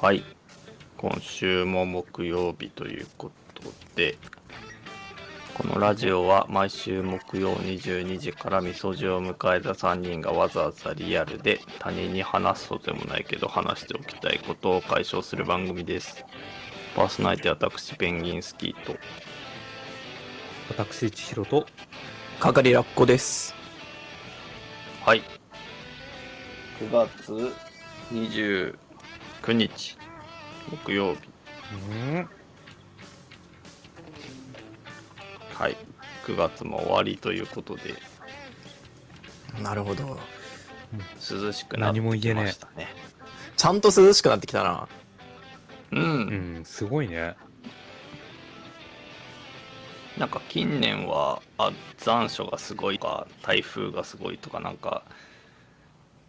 はい。今週も木曜日ということで、このラジオは毎週木曜22時からみそじを迎えた3人がわざわざリアルで他人に話すとでもないけど話しておきたいことを解消する番組です。パーソナリティは私ペンギンスキーと。私、千尋と、係ラッコです。はい。9月29日木曜日。うん、はい。9月も終わりということで、なるほど。涼しくなってきましたね。ちゃんと涼しくなってきたな。う、うんん、すごいね。なんか近年はあ残暑がすごいとか台風がすごいとかなんか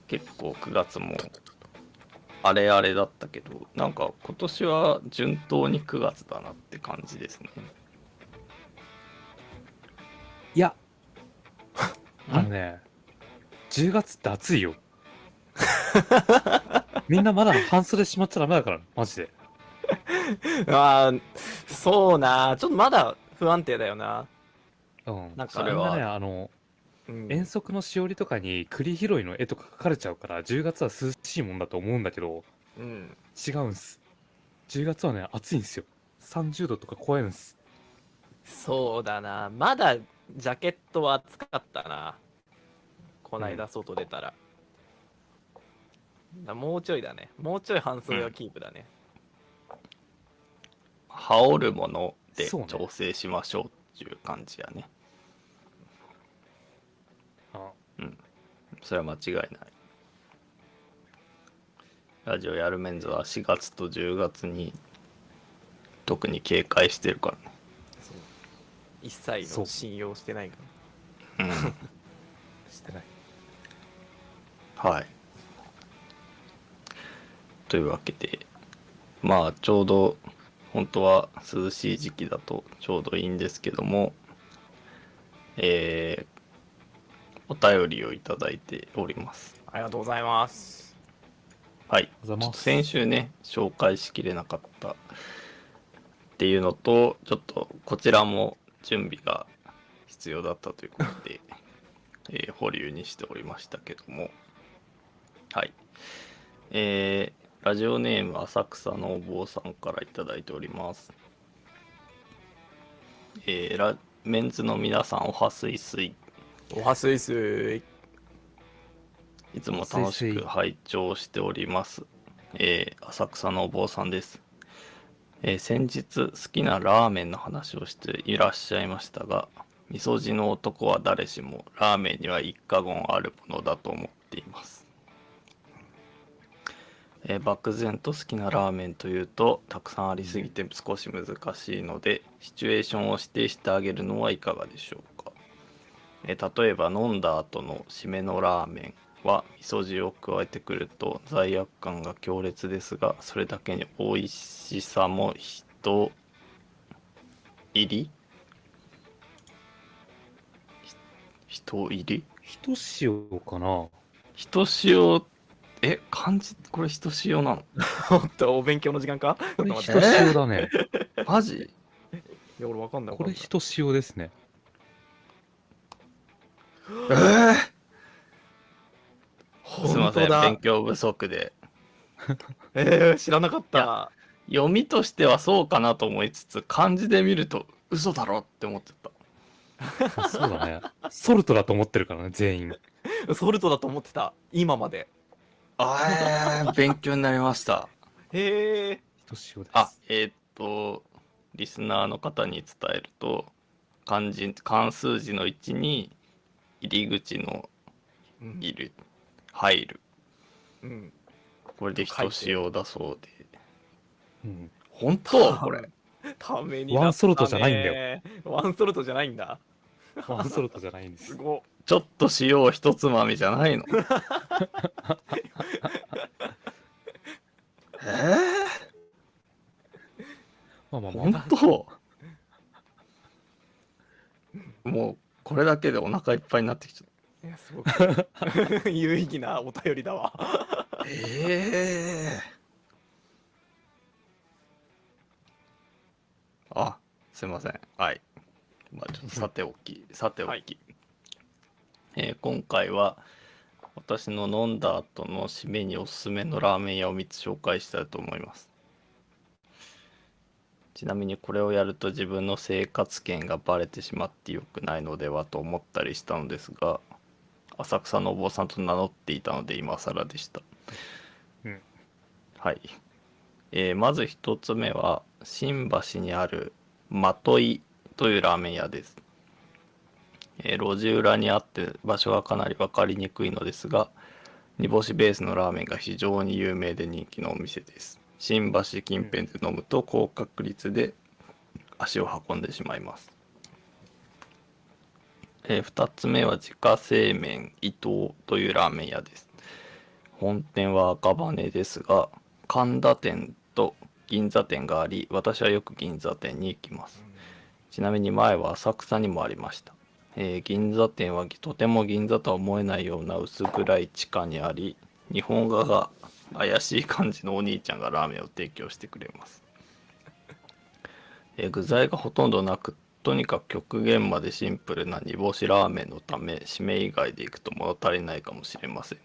結構9月もあれあれだったけどなんか今年は順当に9月だなって感じですねいや、ん あのね、10月って暑 いよ。みんなまだ半袖しまっちゃダメだから、マジで。 ああ、そうな。ちょっとまだ不安定だよな。うん、なんかそれはね、あの、うん遠足のしおりとかに栗拾いの絵とか描かれちゃうから、10月は涼しいもんだと思うんだけど、うん。違うんす。10月はね、暑いんすよ。30度とか超えるんす。そうだな。まだジャケットは暑かったな。こないだ外出たら。だもうちょいだね。もうちょい半袖はキープだね。羽織るものでそうね調整しましょうっていう感じやねあそれは間違いないラジオやるメンズは4月と10月に特に警戒してるからね一切そのう信用してないかうんら。してない。はい。というわけで、まあちょうど本当は涼しい時期だとちょうどいいんですけども、えー、お便りをいただいております。ありがとうございます。はい。ありがとちょっうございまとす。先週ね、紹介しきれなかったっていうのと、ちょっとこちらも準備が必要だったということで、 えー保留にしておりましたけども、はい。えーラジオネーム浅草のお坊さんからいただいております。えーラメンズの皆さん、おはすいすい。おはすいすい。いつも楽しく拝聴しております。えー浅草のお坊さんです。えー先日好きなラーメンの話をしていらっしゃいましたが、みそじの男は誰しもラーメンには一家言あるものだと思っています。えー漠然と好きなラーメンというとたくさんありすぎて少し難しいのでシチュエーションを指定してあげるのはいかがでしょうかえー例えば飲んだ後の締めのラーメンは味噌汁を加えてくると罪悪感が強烈ですがそれだけに美味しさも人入りひ人入りひとしお かな人塩え漢字これ人塩なのおっと、お勉強の時間かちょっとこれ待ひって。としおだね。マジいや、俺わかんない。これわかんないひとしおですね。えーすい本ませ当ん勉だ。強不足でえー、知らなかった。読みとしてはそうかなと思いつつ漢字で見ると嘘だろって思ってたあそうだね。ソルトだと思ってるからね、全員。ソルトだと思ってた。今まで。あー勉強になりましたへえ。ひとしおです。あえーっとリスナーの方に伝えると漢字漢数字の1に入り口のうんいる入るうん。これで人塩だそうでうん。本当これためにワンソルトじゃないんだよ。ワンソルトじゃないんだ。ワンソルトじゃないんですす。ごっ。ちょっと塩を一つまみじゃないのえ まあまあー、ま本当もうこれだけでお腹いっぱいになってきちゃっいや、す ごく有意義なお便りだわ。たええすいません。はい。まあ、ちょ っとさておき、さておき。はいえー今回は、私の飲んだ後の締めにおすすめのラーメン屋を3つ紹介したいと思います。ちなみにこれをやると自分の生活圏がバレてしまって良くないのではと思ったりしたのですが、浅草のお坊さんと名乗っていたので今更でした。うんはい。えーまず一つ目は新橋にあるまといというラーメン屋です、えー路地裏にあって場所はかなり分かりにくいのですが煮干しベースのラーメンが非常に有名で人気のお店です新橋近辺で飲むと高確率で足を運んでしまいます、え2つ目は自家製麺伊藤というラーメン屋です本店は赤羽ですが神田店と銀座店があり私はよく銀座店に行きますちなみに前は浅草にもありました、えー銀座店はとても銀座とは思えないような薄暗い地下にあり日本画が怪しい感じのお兄ちゃんがラーメンを提供してくれます、えー具材がほとんどなくとにかく極限までシンプルな煮干しラーメンのため締め以外でいくと物足りないかもしれません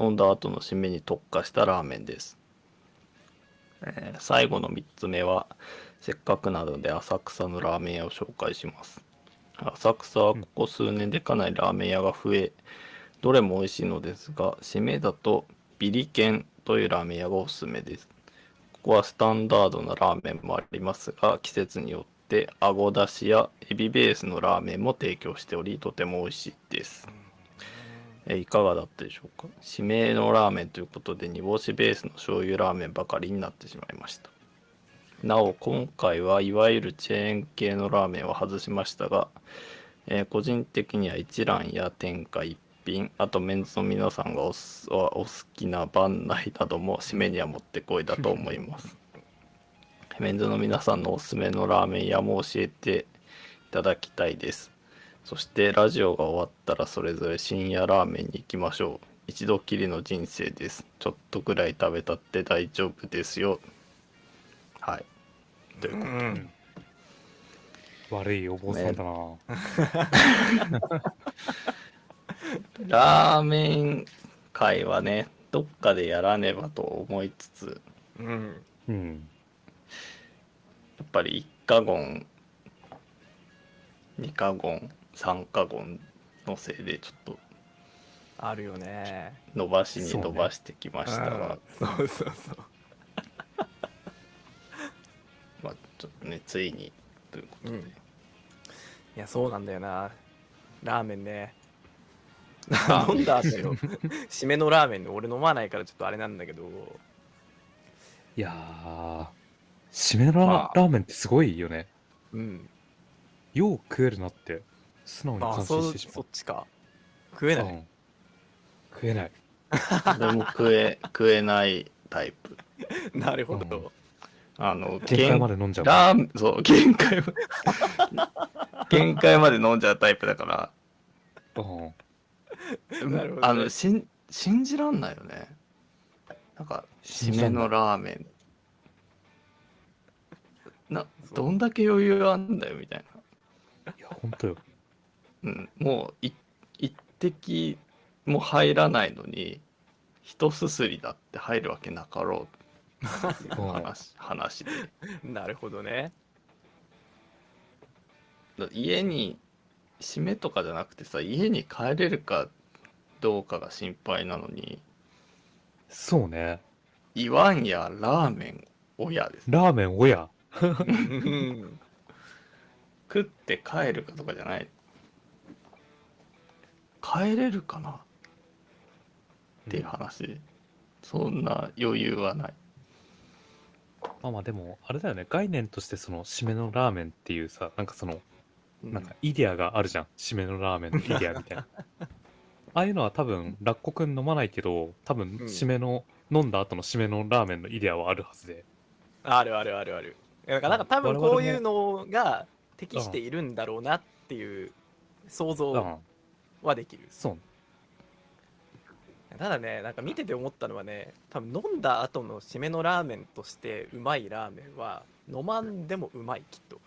飲んだ後の締めに特化したラーメンです、えー最後の3つ目はせっかくなので浅草のラーメン屋を紹介します浅草はここ数年でかなりラーメン屋が増えどれも美味しいのですが締めだとビリケンというラーメン屋がおすすめですここはスタンダードなラーメンもありますが季節によってあごだしやエビベースのラーメンも提供しておりとても美味しいですえーいかがだったでしょうか指名のラーメンということで煮干しベースの醤油ラーメンばかりになってしまいましたなお今回はいわゆるチェーン系のラーメンを外しましたが、えー個人的には一蘭や天下一品あとメンズの皆さんがおすおお好きな番内なども締めにはもってこいだと思いますメンズの皆さんのおすすめのラーメン屋も教えていただきたいですそしてラジオが終わったらそれぞれ深夜ラーメンに行きましょう。一度きりの人生です。ちょっとくらい食べたって大丈夫ですよ。はい。ということでん悪いお坊さんだな。ラーメン会はね、どっかでやらねばと思いつつ、うん。うん。やっぱり1カゴン、2カゴン、3カゴンのせいでちょっとあるよね伸ばしに伸ばしてきましたが、あーそうそうそう。まあちょっとね、ついにということうで。んいやそうなんだよなラーメンねラーメン飲んだ後よ締めのラーメンで俺飲まないからちょっとあれなんだけどいやー、締めのまラあラーメンってすごいよね。うんよう食えるなって、素直にあ感そ心しうてしまそうっ。ちか食えない、うん食えない。でも食え、食えないタイプ。なるほど、うん あの、限界まで飲んじゃう。ラーメン、そう、限界まで、 限界まで飲んじゃうタイプだから、うんなるほどねあの、しん、信じらんないよね。なんか、信締じらめんないのラーメン。な、どんだけ余裕あんだよ、みたいいや、ほんとよ。な。うん、もう、い一滴も入らないのに、一すすりだって入るわけなかろうっていう 話、話で。なるほどねだ家に締めとかじゃなくてさ家に帰れるかどうかが心配なのにそうね。言わんやラーメン親ですラーメン親。うん食って帰るかとかじゃない帰れるかなっていう話、そんな余裕はないまあまあでも、あれだよね。概念としてその、締めのラーメンっていうさ、なんかその、なんかイデアがあるじゃん。締めのラーメンのイデアみたい な。ああいうのは多分、ラッコくん飲まないけど、多分、うん締めの、飲んだ後の締めのラーメンのイデアはあるはずで。あるあるあるある。いやだからなんか多分こういうのが適しているんだろうなっていう想う像ん。はできる。そう。ただね、なんか見てて思ったのはね、多分飲んだ後の締めのラーメンとしてうまいラーメンは飲まんでもうまいきっと。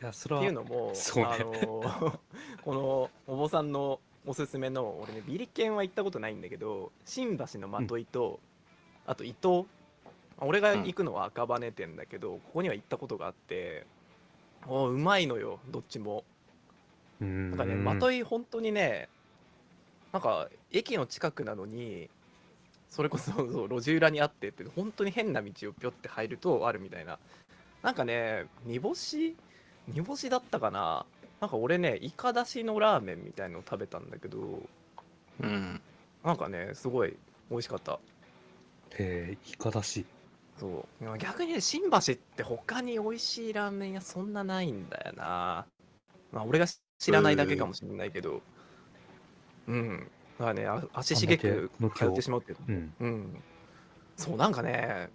や、それっはていうのも、そうねあのー このお坊さんのおすすめの俺ねビリケンは行ったことないんだけど新橋のまといと、あと伊東俺が行くのは赤羽店だけど、ここには行ったことがあっておうまいのよどっちもうんなんかねまとい本当にねなんか駅の近くなのにそれこそ そう路地裏にあってって本当に変な道をぴょって入るとあるみたいななんかね煮干し煮干しだったかななんか俺ねいかだしのラーメンみたいのを食べたんだけどうん。なんかねすごい美味しかったへえ、イカだし。そういや逆にね新橋って他に美味しいラーメン屋そんなないんだよなまあ俺が知らないだけかもしれないけどうんだからねあ足しげくあ無形通ってしまうけどうん。うんそうなんかね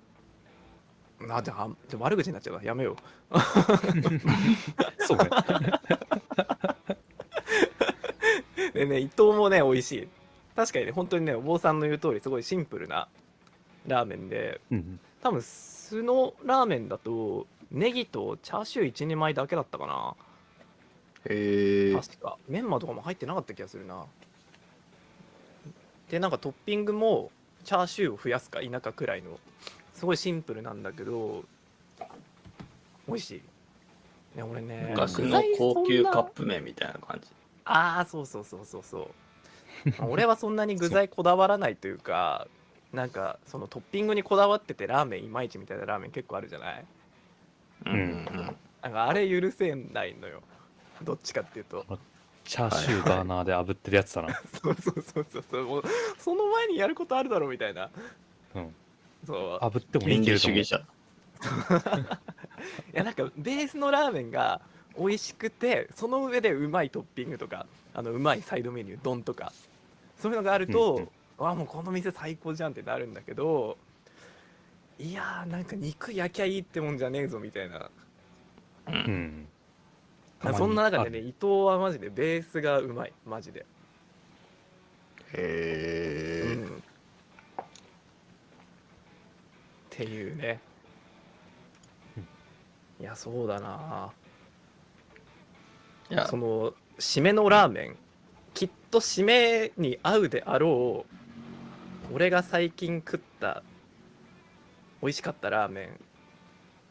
なじゃあじゃあ悪口になっちゃう わやめよそう ね。うでね伊藤もね美味しい確かにね本当にねお坊さんの言う通りすごいシンプルなラーメンでうん。多分酢のラーメンだとネギとチャーシュー1人前だけだったかなへえ。確かメンマとかも入ってなかった気がするなでなんかトッピングもチャーシューを増やすか否かくらいのすごいシンプルなんだけど美味しいね俺ね昔具の材高級そんなカップ麺みたいな感じ。ああそうそうそうそうそうまあ俺はそんなに具材こだわらないというかなんかそのトッピングにこだわっててラーメンいまいちみたいなラーメン結構あるじゃないうんん。なんかあれ許せないのよどっちかっていうとチャーシューバーナーで炙ってるやつだな。そうそうそうそうそうもうその前にやることあるだろうみたいなうん。そう炙ってもい権け利ると主思う義。者。いやなんかベースのラーメンが美味しくてその上でうまいトッピングとかあのうまいサイドメニュー丼とかそういうのがあると、うんうんわあもうこの店最高じゃんってなるんだけどいやーなんか肉焼きゃいいってもんじゃねえぞみたいなう。うんん。そんな中でね伊藤はマジでベースがうまいマジで、へうえ。んっていうねいやそうだないやそ、の締めのラーメンきっと締めに合うであろう俺が最近食った美味しかったラーメ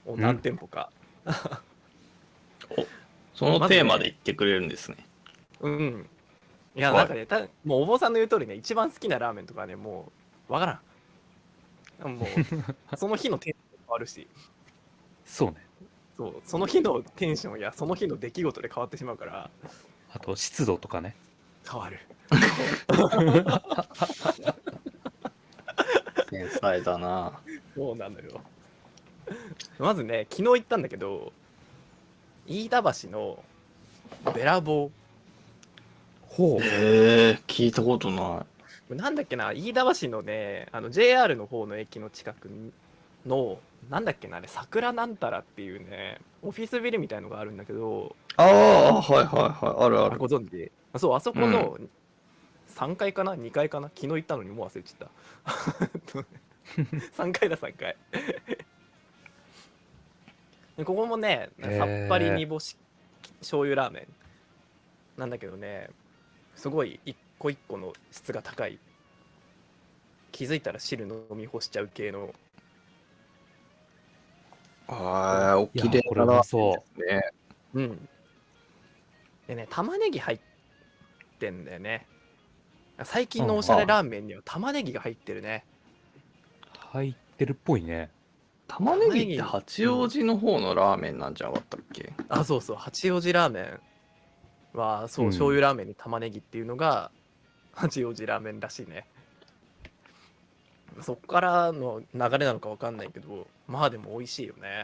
ンを何店舗かそのテーマで言ってくれるんですね。うん、いやはいなんかねたもうお坊さんの言う通りね一番好きなラーメンとかねもうわからんも うその日のテンションも変わるしそうね。そうその日のテンションやその日の出来事で変わってしまうからあと、湿度とかね。変わる天才だな。そうなのよ。 まずね、昨日行ったんだけど、飯田橋のべらぼう。ほへえ、聞いたことなう。なんだっけな、飯田橋のね、あの JR の方の駅の近くの、なんだっけな、あれ、桜なんたらっていうね、オフィスビルみたいのがあるんだけど、い。ああ、はいはいはい。あるあある。ご存知そう、あそこの3階かな、2階かな、昨日行ったのにもう忘れちゃった。3階だ、3階。 でここもね、へーさっぱり煮干し醤油ラーメンなんだけどね、すごい一個一個の質が高い。気づいたら汁飲み干しちゃう系の。ああ、おいきれいこれだなは。そね。うん。でね、玉ねぎ入ってんだよね。最近のおしゃれラーメンには玉ねぎが入ってるね。う。入ってるっぽいね。玉ねぎって八王子の方のラーメンなんじゃなかったっけあ、そうそう、八王子ラーメンは、そう、うん醤油ラーメンに玉ねぎっていうのが、八王子ラーメンらしいね。そっからの流れなのかわかんないけど、まあでも美味しいよね。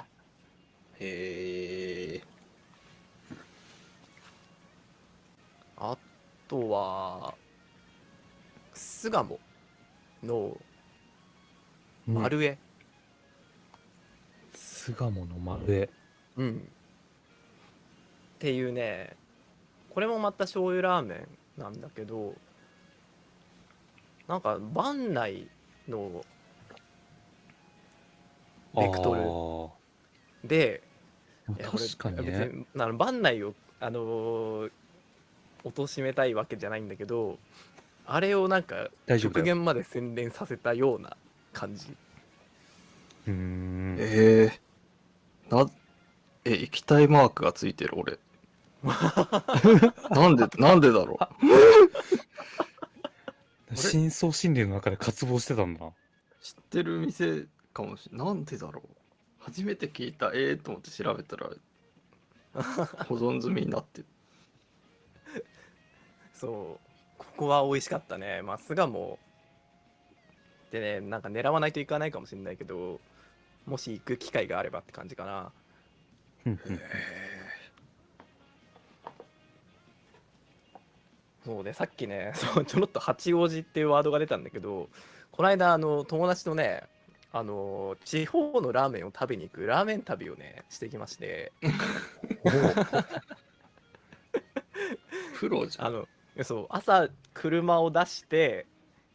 へえ。あとは、巣鴨の丸江。巣鴨の丸へ。うん。っていうね、これもまた醤油ラーメンなんだけど、なんか、番内のベクトルあーでいや確かにこれね別。にあの番内をあのー、貶めたいわけじゃないんだけどあれをなんか大丈夫だ極よ限まで洗練させたような感じうーん。えー、な、え、液体マークがついてる、 俺。なんで、なんでだろう。真相心理の中で渇望してたんだ。知ってる店かもしれない。なんでだろう。初めて聞いた、ええー、と思って調べたら、保存済みになってる。そうここは美味しかったねまあ巣鴨でねなんか狙わないといかないかもしれないけどもし行く機会があればって感じかなうんうんそうねさっきね そうちょろっと八王子っていうワードが出たんだけどこの間あの友達とねあの地方のラーメンを食べに行くラーメン旅をねしてきましてプロじゃあん。のそう朝車を出して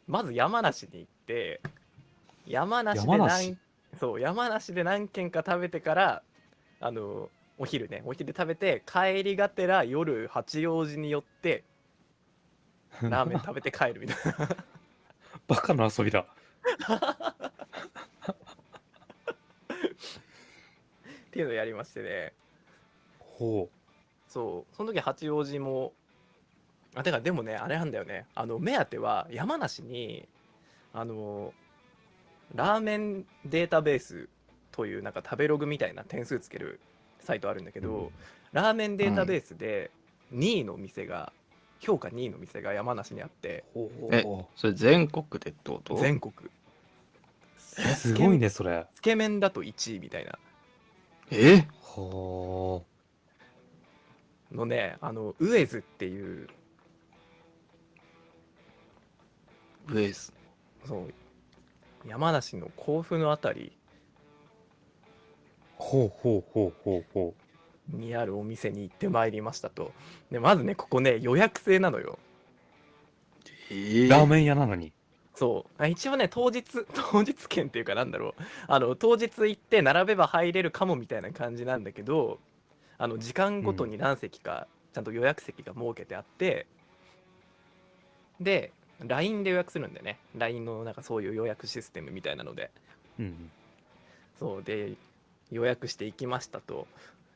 まず山梨に行って山梨で山何梨そう山梨で何軒か食べてからあのお昼ねお昼食べて帰りがてら夜八王子に寄ってラーメン食べて帰るみたいな バカの遊びだ。っていうのをやりましてねほそうその時八王子もあてかでもねあれなんだよねあの目当ては山梨にあのラーメンデータベースというなんか食べログみたいな点数つけるサイトあるんだけど、うんラーメンデータベースで2位の店が、評価2位の店が山梨にあってう。ほうえそれ全国でってこと全国すごいね、それ。つけ麺だと1位みたいなえほのねあのウエズっていうウエス。そう山梨の甲府のあたりう。ほうほうほうほうほう。にあるお店に行ってまいりましたとでまずねここね予約制なのよえー、ラーメン屋なのに。そうあ一応ね当日 当日券っていうかなんだろうあの当日行って並べば入れるかもみたいな感じなんだけどあの時間ごとに何席かちゃんと予約席が設けてあって、で LINE で予約するんだよね LINE のなんかそういう予約システムみたいなのでうん。そうで予約して行きましたと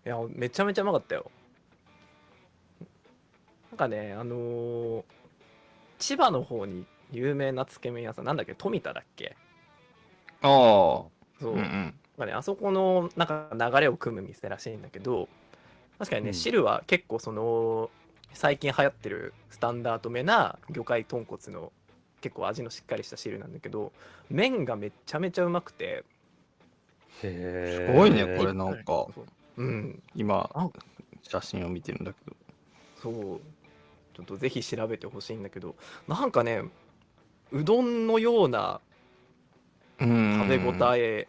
いやめちゃめちゃうまかったよなんかねあのー千葉の方に有名なつけ麺屋さんなんだっけ富田だっけああ。そう、うんうなんん。かねあそこのなんか流れを組む店らしいんだけど確かにね、うん汁は結構その最近流行ってるスタンダードめな魚介豚骨の結構味のしっかりした汁なんだけど麺がめちゃめちゃうまくてへすーごいね、これなんか、うん今あ、写真を見てるんだけど。そうちょっとぜひ調べてほしいんだけどなんかねうどんのようなうん食べ応え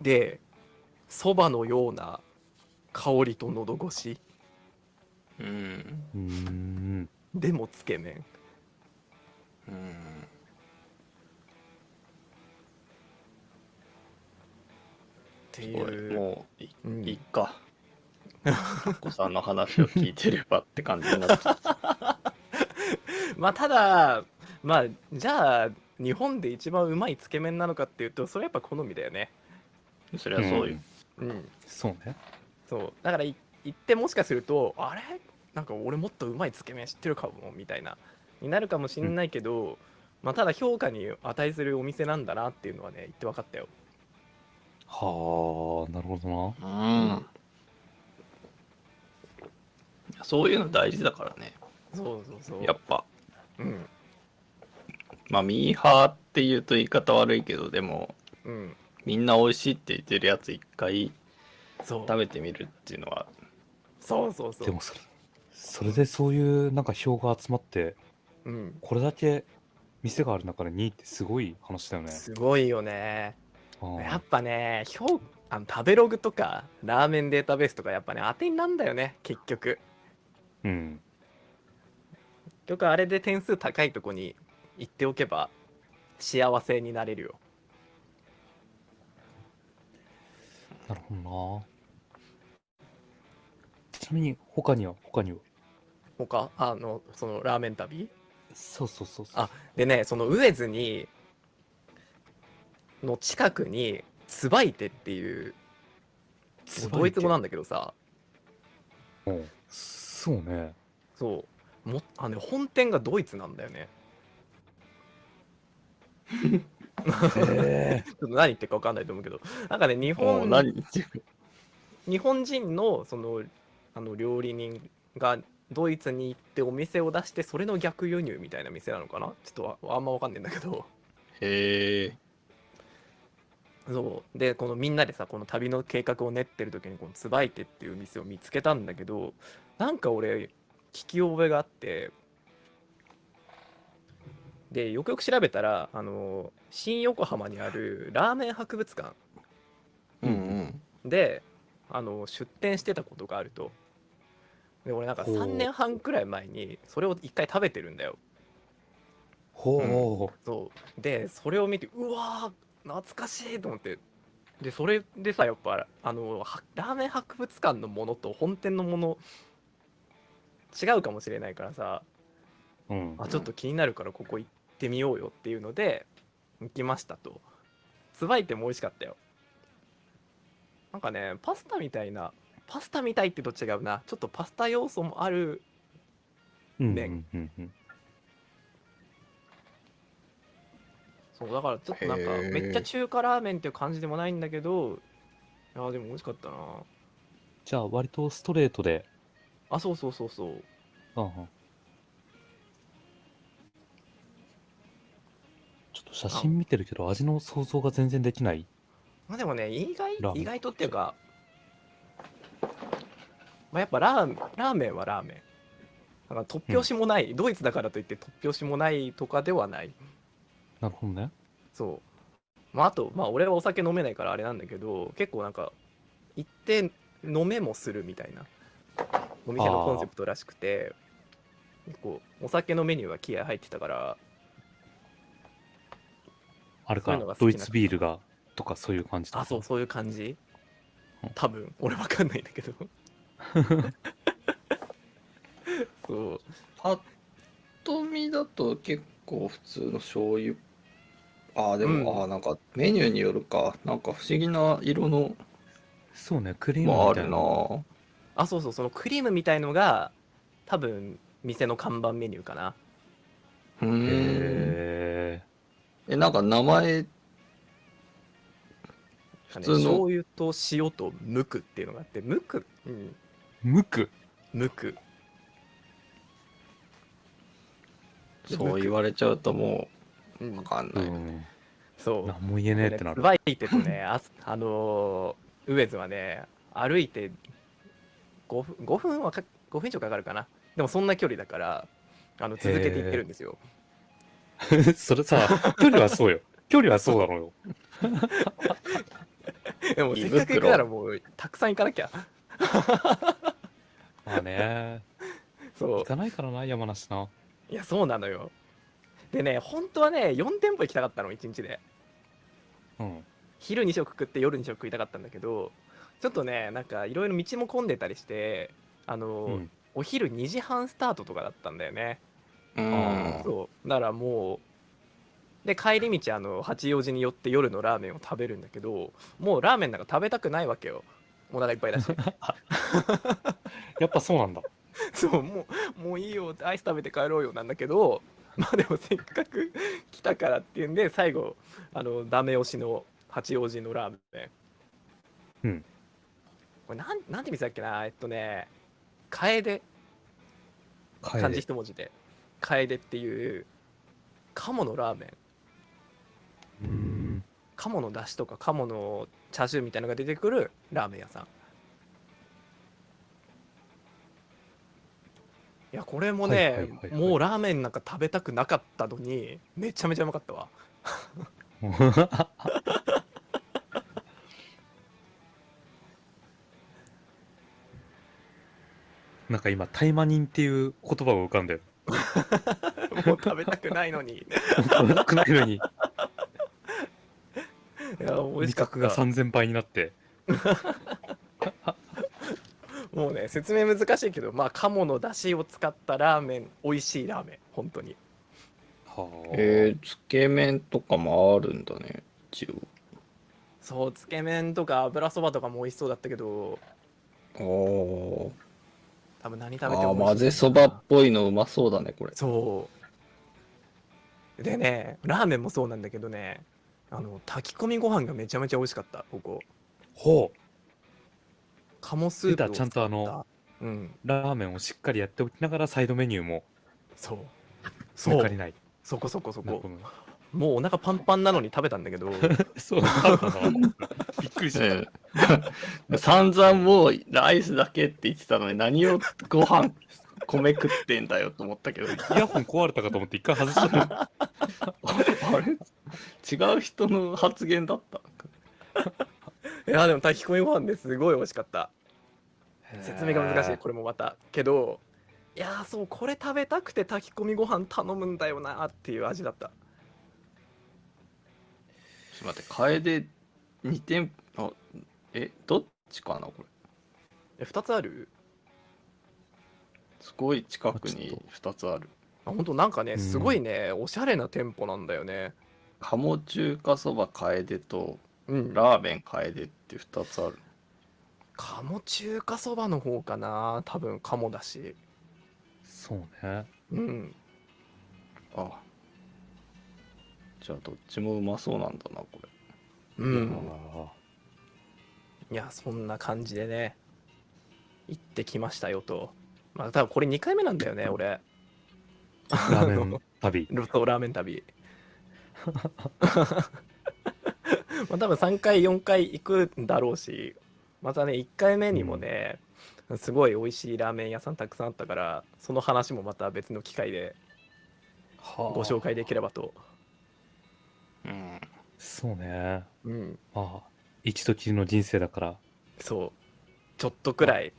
でそばのような香りと喉越しうん。うーん。でもつけ麺うん。っていおいうもうい、うんいい か。タコさんの話を聞いてればって感じになっ ちゃう。まあただまあじゃあ日本で一番うまいつけ麺なのかっていうとそれはやっぱ好みだよねそりゃそうよん。。うんそうね。そうだからい行ってもしかするとあれなんか俺もっとうまいつけ麺知ってるかもみたいなになるかもしれないけど、まあ、ただ評価に値するお店なんだなっていうのはね言って分かったよはあ、なるほどな。うん。そういうの大事だからね。そうそうそうやっぱ、うんまあ、ミーハーっていうと言い方悪いけど、でも、うんみんな美味しいって言ってるやつ一回そう食べてみるっていうのは、そうそうそうでもそれ、それでそういうなんか票が集まって、うん、これだけ店がある中で2位ってすごい話だよね。すごいよねあーやっぱね評あの食べログとかラーメンデータベースとかやっぱね当てになんだよね結局うん。結局あれで点数高いとこに行っておけば幸せになれるよなるほどな。ちなみに他には他には他あのそのラーメン旅そうそうそうそうあでねその上津にの近くにツバイテっていうもうドイツ語なんだけどさうんそうねそうもあのね本店がドイツなんだよねへえ ちょっと何言ってるか分かんないと思うけどなんかね日もう本何言ってる日本人のそのあの料理人がドイツに行ってお店を出してそれの逆輸入みたいな店なのかなちょっとああんま分かんないんだけどへえそうでこのみんなでさこの旅の計画を練ってる時にこのツバイテっていう店を見つけたんだけどなんか俺聞き覚えがあってでよくよく調べたらあの新横浜にあるラーメン博物館うんうんであの出店してたことがあるとで俺なんかほう3年半くらい前にそれを1回食べてるんだよほうそうでそれを見てうわー懐かしいと思ってでそれでさやっぱあのはラーメン博物館のものと本店のもの違うかもしれないからさうんあちょっと気になるからここ行ってみようよっていうので行きましたとつばいても美味しかったよなんかねパスタみたいなパスタみたいってと違うなちょっとパスタ要素もあるうんねうんうんうんそうだからちょっとなんかへーめっちゃ中華ラーメンっていう感じでもないんだけどいやーでも美味しかったなじゃあ割とストレートであそうそうそうそうああちょっと写真見てるけど味の想像が全然できないまあでもね意外ラーメン意外とっていうかまあやっぱラーラーメンはラーメンなんか突拍子もない、ドイツだからといって突拍子もないとかではないなるほどねそう。まあ、あと、まあ、俺はお酒飲めないからあれなんだけど、結構なんか、行って飲めもするみたいな、お店のコンセプトらしくて、結構、お酒のメニューが気合入ってたから、あれそうかいうのが好きなドイツビールがとかそういう感じとかあ、そう、そういう感じうん多分、俺わかんないんだけど。そう。パッと見だと結構普通の醤油ああでも、うんああなんかメニューによるかなんか不思議な色のそうねクリームもあみたいるななぁあ、そうそう、そのクリームみたいのが、多分、店の看板メニューかな。うへんええなんか名前普通の醤油と塩とムクっていうのがあって、ムク、うん、無垢ムク。そう言われちゃうともううんわ、かんうない、んそう。何も言えねえってなツるバイテとね、 ああのー、ウエズはね、歩いて5分 ,5 分はか5分以上かかるかな。でもそんな距離だから、あの続けていってるんですよ。 それさ距離は そうよ距離はそうだろうよでもせっかく行くならもうたくさん行かなきゃ。まあねそ行かないからな山梨なう。いや、そうなのよ。でね、本当はね、4店舗行きたかったの、1日で。うん昼2食食って夜2食食いたかったんだけど、ちょっとね、なんかいろいろ道も混んでたりして、あのうーんお昼2時半スタートとかだったんだよね。うんそうだからもうで帰り道あの八王子に寄って夜のラーメンを食べるんだけどもうラーメンなんか食べたくないわけよお腹いっぱいだしやっぱそうなんだそうもうもういいよアイス食べて帰ろうよなんだけど まあでもせっかく来たからっていうんで最後あのダメ押しの八王子のラーメンうんこれなんなんて店だっけなえっとね楓漢字楓一文字で楓っていう鴨のラーメンうん鴨の出汁とか鴨のチャーシューみたいなのが出てくるラーメン屋さんいやこれもね、はいはいはいはいもうラーメンなんか食べたくなかったのにめちゃめちゃうまかった わなんか今、タイマニンっていう言葉が浮かん で、もう食べたくない のにい暗くなるようにや美味味しかった覚が3000倍になって、もうね説明難しいけどまあ鴨の出汁を使ったラーメン美味しいラーメン本当にはあ。えー、つけ麺とかもあるんだね、一そうつけ麺とか油そばとかも美味しそうだったけど応。多分何あ食べてーあもー、美味しい混ぜそばっぽいのうまそうだね、これ。そうでねラーメンもそうなんだけどねあの炊き込みご飯がめちゃめちゃ美味しかったここほう。鴨ス出ープた、をちゃんとあの、うんラーメンをしっかりやっておきながら、サイドメニューもそうそ抜かうりない。そこそこそなるほこどね もうお腹パンパンなのに食べたんだ けどそう、食べたなびっくりした。ええ散々もうライスだけって言ってたのに何をご飯米食ってんだよと思ったけどイヤホン壊れたかと思って一回外した。 あれ違う人の発言だったいやでも炊き込みご飯ですごい美味しかった説明が難しいこれもまたけどいやーそうこれ食べたくて炊き込みご飯頼むんだよなーっていう味だったちょっと待って楓2店舗あえどっちかなこれえ2つあるすごい近くあちょっに2つあるあ本当なんかねうんすごいね、おしゃれな店舗なんだよね鴨中華そば楓とうんラーメン楓って2つある鴨中華そばの方かな多分鴨だしそう ね。うんあじゃあどっちもうまそうなんだなこれううんいやそんな感じでね行ってきましたよとまあ多分これ2回目なんだよね俺ラーメン旅。ロトラーメン旅 まあ多分3回4回行くんだろうしまたね1回目にもね、すごい美味しいラーメン屋さんたくさんあったからその話もまた別の機会でごご紹介できればと、うんそうね。うん、まあ、一度きりの人生だから、そうちょっとくらい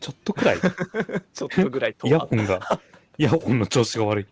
ちょ っとくらい、ちょっとぐらいとイヤホンが、イヤホンの調子が悪い。